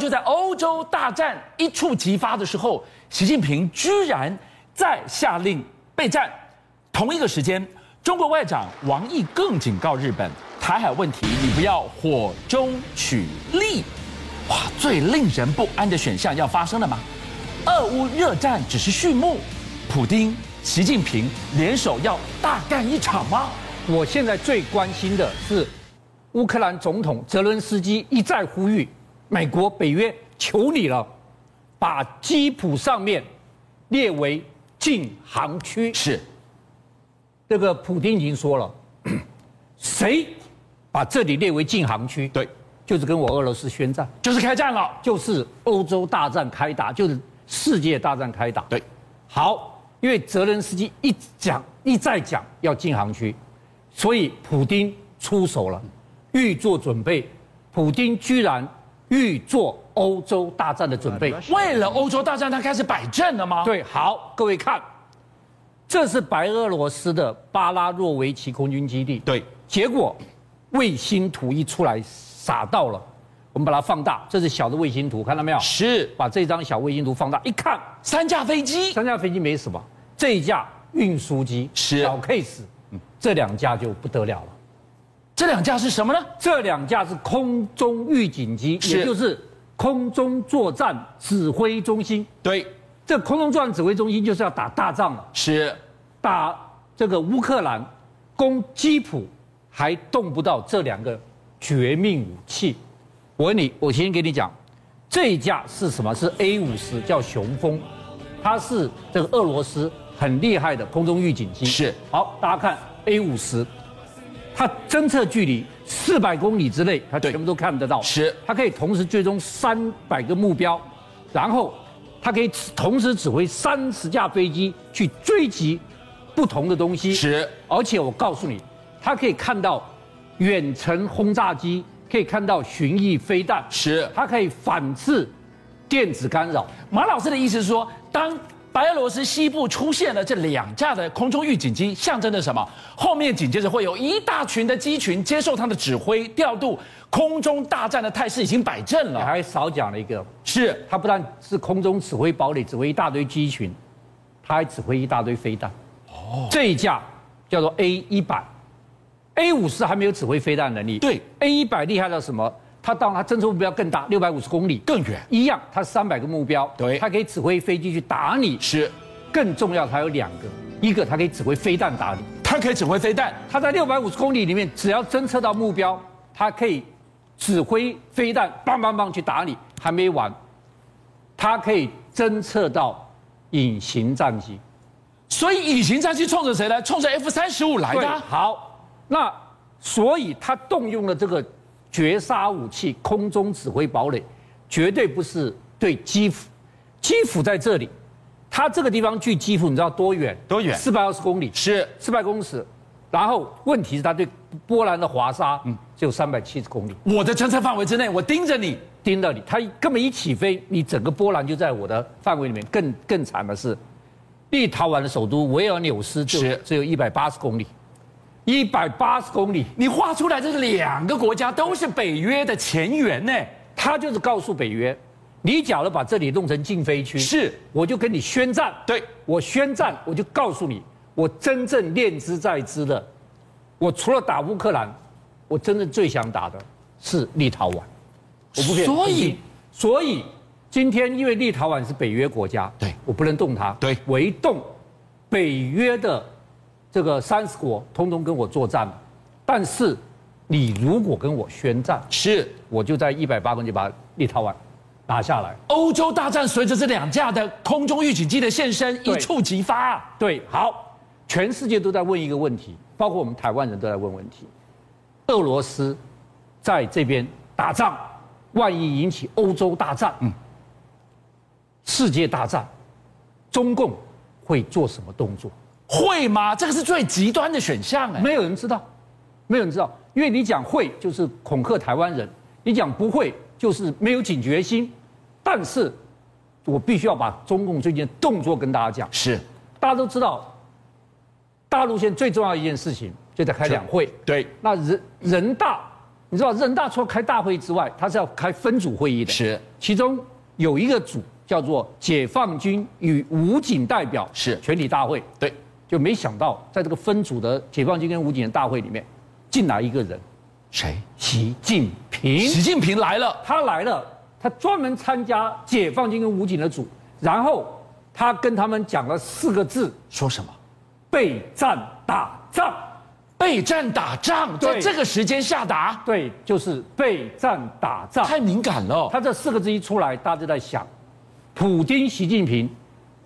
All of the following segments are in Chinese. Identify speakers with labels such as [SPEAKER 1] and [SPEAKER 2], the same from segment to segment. [SPEAKER 1] 就在欧洲大战一触即发的时候，习近平居然在下令备战。同一个时间，中国外长王毅更警告日本，台海问题你不要火中取栗。哇，最令人不安的选项要发生了吗？俄乌热战只是序幕，普京、习近平联手要大干一场吗？
[SPEAKER 2] 我现在最关心的是，乌克兰总统泽伦斯基一再呼吁美国、北约，求你了，把基辅上面列为禁航区。
[SPEAKER 1] 是，
[SPEAKER 2] 这个普京已经说了，谁把这里列为禁航区，
[SPEAKER 1] 对，
[SPEAKER 2] 就是跟我俄罗斯宣战，
[SPEAKER 1] 就是开战了。
[SPEAKER 2] 就是欧洲大战开打，就是世界大战开打。
[SPEAKER 1] 对，
[SPEAKER 2] 好，因为泽连斯基一讲一再讲要禁航区，所以普京出手了，预做准备。普京居然预做欧洲大战的准备。
[SPEAKER 1] 为了欧洲大战，他开始摆阵了吗？，
[SPEAKER 2] 对，好，各位看，这是白俄罗斯的巴拉若维奇空军基地。
[SPEAKER 1] 对，
[SPEAKER 2] 结果卫星图一出来，傻到了。我们把它放大，这是小的卫星图，看到没有？
[SPEAKER 1] 是
[SPEAKER 2] 把这张小卫星图放大，一看，
[SPEAKER 1] 三架飞机。
[SPEAKER 2] 三架飞机没什么，这一架运输机
[SPEAKER 1] 是嗯
[SPEAKER 2] 小 case，这两架就不得了了。
[SPEAKER 1] 这两架是什么呢？
[SPEAKER 2] 这两架是空中预警机，
[SPEAKER 1] 是
[SPEAKER 2] 也就是空中作战指挥中心。
[SPEAKER 1] 对，
[SPEAKER 2] 这空中作战指挥中心就是要打大仗了，
[SPEAKER 1] 是
[SPEAKER 2] 打这个乌克兰，攻基辅，还动不到这两个绝命武器。我问你，我先给你讲，这一架是什么？是 A 五十，叫雄风，它是这个俄罗斯很厉害的空中预警机。
[SPEAKER 1] 是
[SPEAKER 2] 好，大家看 A 五十，它侦测距离四百公里之内，它
[SPEAKER 1] 对
[SPEAKER 2] 全部都看得到。
[SPEAKER 1] 是
[SPEAKER 2] 它可以同时追踪三百个目标，然后它可以同时指挥三十架飞机去追击不同的东西。
[SPEAKER 1] 是，
[SPEAKER 2] 而且我告诉你，它可以看到远程轰炸机，可以看到巡弋飞弹，
[SPEAKER 1] 是
[SPEAKER 2] 它可以反制电子干扰。
[SPEAKER 1] 马老师的意思是说，当白俄罗斯西部出现了这两架的空中预警机，象征着什么？后面紧接着会有一大群的机群接受他的指挥调度，空中大战的态势已经摆正了。
[SPEAKER 2] 还少讲了一个，
[SPEAKER 1] 是
[SPEAKER 2] 它不但是空中指挥堡垒，指挥一大堆机群，它还指挥一大堆飞弹。哦，这一架叫做 A 一百，A 五十还没有指挥飞弹能力。
[SPEAKER 1] 对
[SPEAKER 2] ，A 一百厉害到什么？它当然它侦测目标更大，六百五十公里
[SPEAKER 1] 更远
[SPEAKER 2] 一样，它三百个目标，
[SPEAKER 1] 对
[SPEAKER 2] 它可以指挥飞机去打你。
[SPEAKER 1] 是，
[SPEAKER 2] 更重要，它有两个，一个它可以指挥飞弹打你，
[SPEAKER 1] 他可以指挥飞弹，
[SPEAKER 2] 它在六百五十公里里面，只要侦测到目标，它可以指挥飞弹棒棒棒去打你。还没完，它可以侦测到隐形战机。
[SPEAKER 1] 所以隐形战机冲着谁来？冲着 F 三十五来的啊。
[SPEAKER 2] 好，那所以它动用了这个绝杀武器——空中指挥堡垒，绝对不是对基辅。基辅在这里，它这个地方距基辅你知道多远？
[SPEAKER 1] 多远
[SPEAKER 2] 四百二十公里。
[SPEAKER 1] 是
[SPEAKER 2] 四百公尺，然后问题是它对波兰的华沙，嗯，只有三百七十公里，
[SPEAKER 1] 我的侦测范围之内，我盯着你。
[SPEAKER 2] 盯到你，它根本一起飞，你整个波兰就在我的范围里面。更更惨的是，立陶宛的首都维尔纽斯就是只有一百八十公里，一百八十公里，
[SPEAKER 1] 你画出来这两个国家都是北约的前缘呢。
[SPEAKER 2] 它就是告诉北约，你假如把这里弄成禁飞区，
[SPEAKER 1] 是
[SPEAKER 2] 我就跟你宣战。
[SPEAKER 1] 对，
[SPEAKER 2] 我宣战，我就告诉你，我真正练之在之的，我除了打乌克兰，我真正最想打的是立陶宛。我不骗你
[SPEAKER 1] 所以
[SPEAKER 2] 真心所以今天因为立陶宛是北约国家，
[SPEAKER 1] 对
[SPEAKER 2] 我不能动它，
[SPEAKER 1] 对
[SPEAKER 2] 我一动，北约的这个三十国通通跟我作战了。但是你如果跟我宣战，
[SPEAKER 1] 是
[SPEAKER 2] 我就在一百八公里把立陶宛拿下来。
[SPEAKER 1] 欧洲大战随着这两架的空中预警机的现身一触即发、啊。
[SPEAKER 2] 对，好，全世界都在问一个问题，包括我们台湾人都在问问题：俄罗斯在这边打仗，万一引起欧洲大战，世界大战，中共会做什么动作？
[SPEAKER 1] 会吗？这个是最极端的选项哎。
[SPEAKER 2] 没有人知道，没有人知道，因为你讲会就是恐吓台湾人，你讲不会就是没有警觉心。但是，我必须要把中共最近的动作跟大家讲。
[SPEAKER 1] 是，
[SPEAKER 2] 大家都知道，大陆现在最重要的一件事情就在开两会。
[SPEAKER 1] 对，
[SPEAKER 2] 那人人大你知道人大除了开大会之外，它是要开分组会议的，
[SPEAKER 1] 是
[SPEAKER 2] 其中有一个组叫做解放军与武警代表
[SPEAKER 1] 是
[SPEAKER 2] 全体大会，
[SPEAKER 1] 对，
[SPEAKER 2] 就没想到在这个分组的解放军跟武警的大会里面，进来一个人，
[SPEAKER 1] 谁？
[SPEAKER 2] 习近平。
[SPEAKER 1] 习近平来了，
[SPEAKER 2] 他来了，他专门参加解放军跟武警的组，然后他跟他们讲了四个字：
[SPEAKER 1] 说什么？
[SPEAKER 2] 备战打仗。
[SPEAKER 1] 备战打仗，在
[SPEAKER 2] 对
[SPEAKER 1] 这个时间下达，
[SPEAKER 2] 对，就是备战打仗。
[SPEAKER 1] 太敏感了。
[SPEAKER 2] 他这四个字一出来，大家就在想，普京、习近平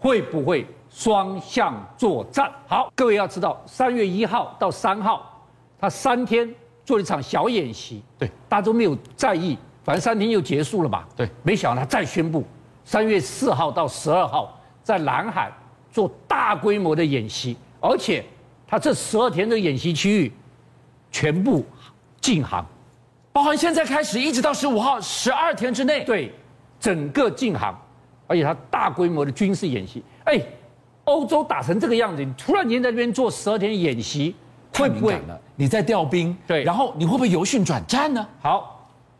[SPEAKER 2] 会不会双向作战？好，各位要知道，三月一号到三号，他三天做了一场小演习，
[SPEAKER 1] 对，
[SPEAKER 2] 大家都没有在意，反正三天就结束了嘛。
[SPEAKER 1] 对
[SPEAKER 2] 没想到他再宣布，三月四号到十二号在南海做大规模的演习，而且他这十二天的演习区域全部禁航。
[SPEAKER 1] 包含现在开始一直到十五号，十二天之内，
[SPEAKER 2] 对整个禁航，而且它大规模的军事演习。哎，欧洲打成这个样子，你突然间在这边做十二天演习，
[SPEAKER 1] 太
[SPEAKER 2] 会
[SPEAKER 1] 敏
[SPEAKER 2] 不会
[SPEAKER 1] 感了。你在调兵，
[SPEAKER 2] 对
[SPEAKER 1] 然后你会不会由训转战呢？
[SPEAKER 2] 好？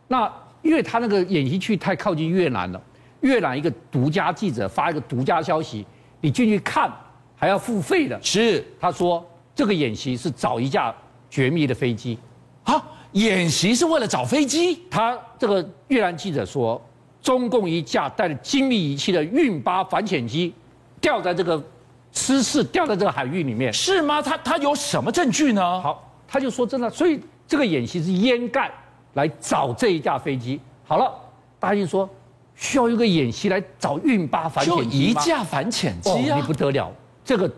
[SPEAKER 2] 那因为他那个演习区太靠近越南了，越南一个独家记者发一个独家消息，你进去看还要付费的。
[SPEAKER 1] 是
[SPEAKER 2] 他说这个演习是找一架绝密的飞机，
[SPEAKER 1] 啊，演习是为了找飞机，
[SPEAKER 2] 他这个越南记者说，中共一架带着精密仪器的运八反潜机，掉在这个失事，掉在这个海域里面。
[SPEAKER 1] 是吗？他他有什么证据呢？
[SPEAKER 2] 好，他就说真的，所以这个演习是掩盖来找这一架飞机。好了，大家就说需要一个演习来找运八反
[SPEAKER 1] 就
[SPEAKER 2] 潜机
[SPEAKER 1] 一
[SPEAKER 2] 吗
[SPEAKER 1] 架反潜机
[SPEAKER 2] 哦，
[SPEAKER 1] 啊
[SPEAKER 2] 你，不得了！这个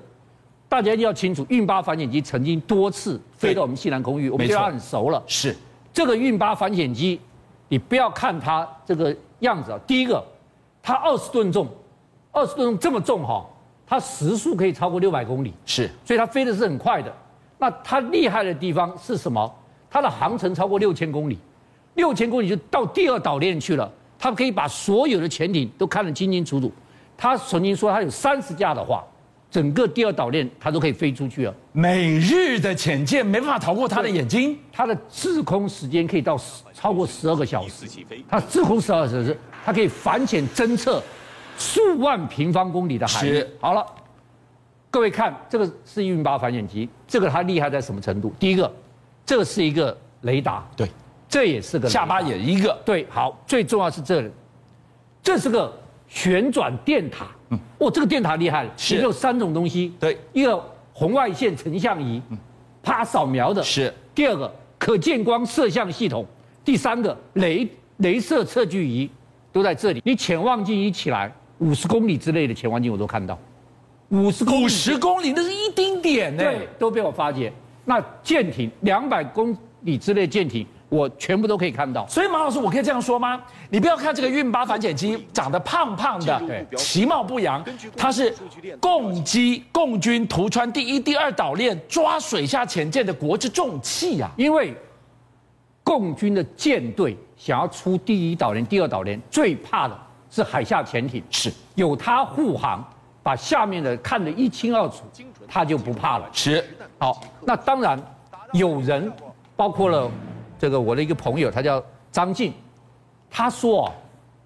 [SPEAKER 2] 大家一定要清楚，运八反潜机曾经多次飞
[SPEAKER 1] 对
[SPEAKER 2] 到我们西南空域，我们
[SPEAKER 1] 没
[SPEAKER 2] 对
[SPEAKER 1] 错
[SPEAKER 2] 它很熟了。
[SPEAKER 1] 是
[SPEAKER 2] 这个运八反潜机，你不要看它这个样子啊。第一个，它二十吨重，二十吨重这么重哈、它时速可以超过六百公里，
[SPEAKER 1] 是
[SPEAKER 2] 所以它飞的是很快的。那它厉害的地方是什么？它的航程超过六千公里，六千公里就到第二岛链去了。它可以把所有的潜艇都看得清清楚楚。他曾经说，他有三十架的话，整个第二岛链它都可以飞出去了。
[SPEAKER 1] 美日的潜舰没办法逃过他的眼睛，
[SPEAKER 2] 它的滞空时间可以到10超过十二个小时，它滞空十二小时，它可以反潜侦测数万平方公里的海域
[SPEAKER 1] 是。
[SPEAKER 2] 好了，各位看，这个是运八反潜机，这个它厉害在什么程度？第一个，这个是一个雷达，
[SPEAKER 1] 对，
[SPEAKER 2] 这也是个雷达
[SPEAKER 1] 下巴也一个，
[SPEAKER 2] 对，好，最重要是这里，这是个旋转电塔。嗯，哦，这个电塔厉害了，
[SPEAKER 1] 是
[SPEAKER 2] 里面有三种东西。
[SPEAKER 1] 对嗯
[SPEAKER 2] 一个红外线成像仪，啪扫描的。
[SPEAKER 1] 是。
[SPEAKER 2] 第二个可见光摄像系统，第三个雷镭射测距仪，都在这里。你潜望镜一起来，五十公里之内的潜望镜我都看到，五十公里
[SPEAKER 1] 五十公里那是一丁点呢，
[SPEAKER 2] 对，都被我发觉。那舰艇两百公里之内的舰艇，我全部都可以看到。
[SPEAKER 1] 所以马老师，我可以这样说吗？你不要看这个运八反潜机长得胖胖的
[SPEAKER 2] 对，
[SPEAKER 1] 其貌不扬
[SPEAKER 3] 根据，共
[SPEAKER 1] 它是
[SPEAKER 3] 数据链
[SPEAKER 1] 共机共军图川第一、第二岛链抓水下潜舰的国之重器呀、
[SPEAKER 2] 因为共军的舰队想要出第一岛链、第二岛链，最怕的是海下潜艇，
[SPEAKER 1] 是
[SPEAKER 2] 有它护航，把下面的看得一清二楚，他就不怕了。
[SPEAKER 1] 是
[SPEAKER 2] 好，那当然有人，包括了这个我的一个朋友，他叫张静，他说哦，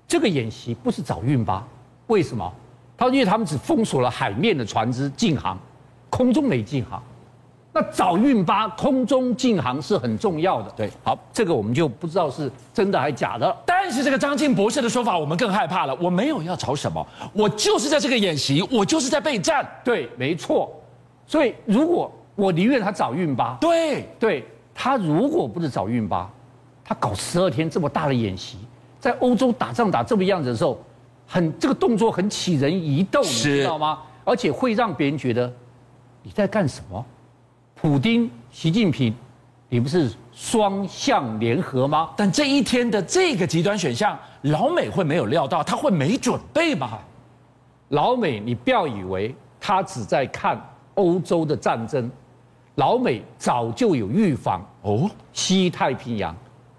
[SPEAKER 2] 这个演习不是找运吧？为什么？他说因为他们只封锁了海面的船只禁航，空中没禁航。那找运八空中禁航是很重要的。
[SPEAKER 1] 对
[SPEAKER 2] 好，这个我们就不知道是真的还假的了。
[SPEAKER 1] 但是这个张晋博士的说法，我们更害怕了。我没有要找什么，我就是在这个演习，我就是在备战。
[SPEAKER 2] 对，没错。所以如果我宁愿他找运八，
[SPEAKER 1] 对，
[SPEAKER 2] 对他如果不是找运八，他搞十二天这么大的演习，在欧洲打仗打这么样子的时候，很这个动作很起人疑窦，你
[SPEAKER 1] 是
[SPEAKER 2] 知道吗？而且会让别人觉得你在干什么？普丁、习近平，你不是双向联合吗？
[SPEAKER 1] 但这一天的这个极端选项，老美会没有料到，他会没准备吗？
[SPEAKER 2] 老美，你不要以为他只在看欧洲的战争，老美早就有预防
[SPEAKER 1] 哦，
[SPEAKER 2] 西太平洋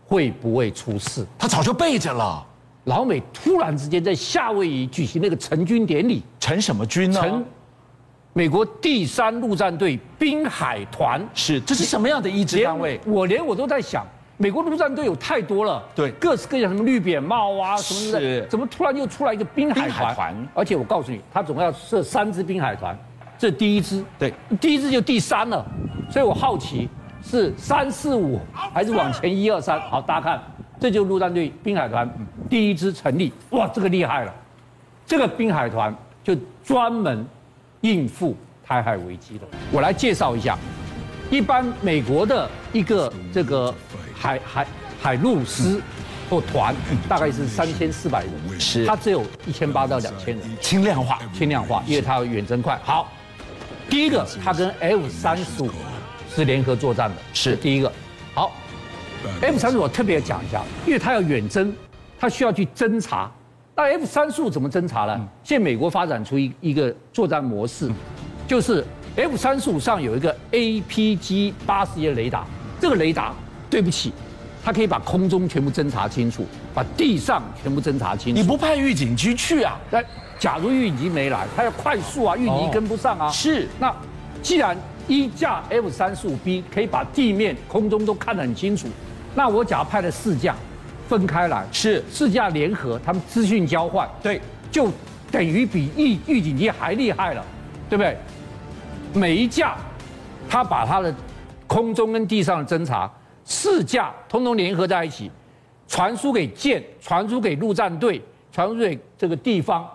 [SPEAKER 2] 会不会出事。
[SPEAKER 1] 他早就备着了，
[SPEAKER 2] 老美突然之间在夏威夷举行那个成军典礼，
[SPEAKER 1] 成什么军呢？
[SPEAKER 2] 成美国第三陆战队滨海团
[SPEAKER 1] 是，这是什么样的一支
[SPEAKER 2] 连
[SPEAKER 1] 单位？
[SPEAKER 2] 我连我都在想，美国陆战队有太多了，
[SPEAKER 1] 对
[SPEAKER 2] 各式各样什么绿扁帽啊，什么
[SPEAKER 1] 是
[SPEAKER 2] 的，怎么突然又出来一个滨海
[SPEAKER 1] 滨海
[SPEAKER 2] 团？
[SPEAKER 1] 团
[SPEAKER 2] 而且我告诉你，他总要设三支滨海团，这第一支，
[SPEAKER 1] 对，
[SPEAKER 2] 第一支就第三了，所以我好奇是三四五还是往前一二三？好，大家看，这就是陆战队滨海团
[SPEAKER 1] 嗯
[SPEAKER 2] 第一支成立，哇，这个厉害了，这个滨海团就专门应付台海危机的。我来介绍一下，一般美国的一个这个海海海陆司或团，大概是三千四百人，
[SPEAKER 1] 是
[SPEAKER 2] 它只有一千八到两千人，
[SPEAKER 1] 轻量化，
[SPEAKER 2] 轻量化，因为它远征快。好，第一个它跟 F 三十五是联合作战的，
[SPEAKER 1] 是
[SPEAKER 2] 第一个。好，F 三十五特别讲一下，因为它要远征，它需要去侦察。那 F 三十五怎么侦察呢？现在美国发展出一一个作战模式，就是 F 三十五上有一个 APG 八十叶雷达，这个雷达对不起，它可以把空中全部侦察清楚，把地上全部侦察清楚
[SPEAKER 1] 你。不派预警机去啊？
[SPEAKER 2] 那假如运级没来，它要快速啊，运级跟不上啊。
[SPEAKER 1] 哦是
[SPEAKER 2] 那既然一架 F 三十五 B 可以把地面、空中都看得很清楚，那我假如派了四架，分开来，
[SPEAKER 1] 是
[SPEAKER 2] 四架联合，他们资讯交换，
[SPEAKER 1] 对，
[SPEAKER 2] 就等于比预预警机还厉害了，对不对？每一架，它把它的空中跟地上的侦察四架通通联合在一起，传输给舰，传输给陆战队，传输给这个地方，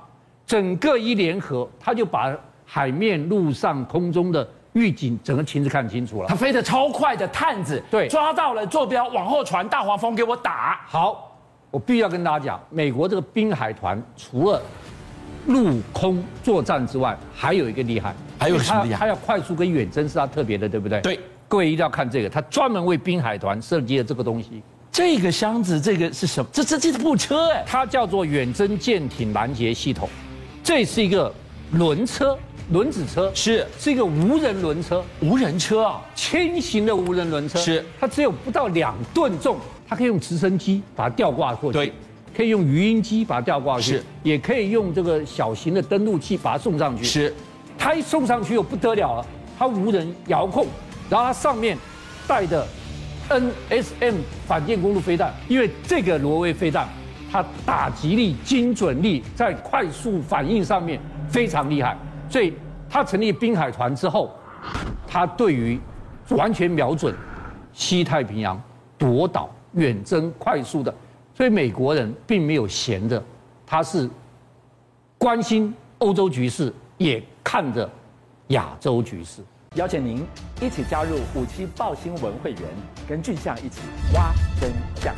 [SPEAKER 2] 整个一联合，它就把海面、陆上、空中的预警整个情势看清楚了
[SPEAKER 1] 他。飞得超快的探子，
[SPEAKER 2] 对
[SPEAKER 1] 抓到了坐标，往后传，大黄蜂给我打。
[SPEAKER 2] 好，我必须要跟大家讲，美国这个滨海团除了陆空作战之外，还有一个厉害，
[SPEAKER 1] 还有什么厉害
[SPEAKER 2] 它它要快速跟远征是它特别的，对不对？
[SPEAKER 1] 对，
[SPEAKER 2] 各位一定要看这个，它专门为滨海团设计的这个东西，
[SPEAKER 1] 这个箱子，这个是什么？这这这部车哎，
[SPEAKER 2] 它叫做远征舰艇拦截系统，这是一个轮车、轮子车，
[SPEAKER 1] 是
[SPEAKER 2] 是一个无人轮车，
[SPEAKER 1] 无人车啊，
[SPEAKER 2] 轻型的无人轮车，
[SPEAKER 1] 是
[SPEAKER 2] 它只有不到两吨重，它可以用直升机把它吊挂过去，
[SPEAKER 1] 对，
[SPEAKER 2] 可以用鱼鹰机把它吊挂过去，
[SPEAKER 1] 是
[SPEAKER 2] 也可以用这个小型的登陆器把它送上去，
[SPEAKER 1] 是
[SPEAKER 2] 它一送上去又不得了了，它无人遥控，然后它上面带的 NSM 反舰公路飞弹，因为这个挪威飞弹，它打击力、精准力在快速反应上面非常厉害，所以它成立滨海团之后，它对于完全瞄准西太平洋夺岛远征快速的，所以美国人并没有闲着，他是关心欧洲局势，也看着亚洲局势。
[SPEAKER 3] 邀请您一起加入五七报新闻会员，跟俊相一起挖真相。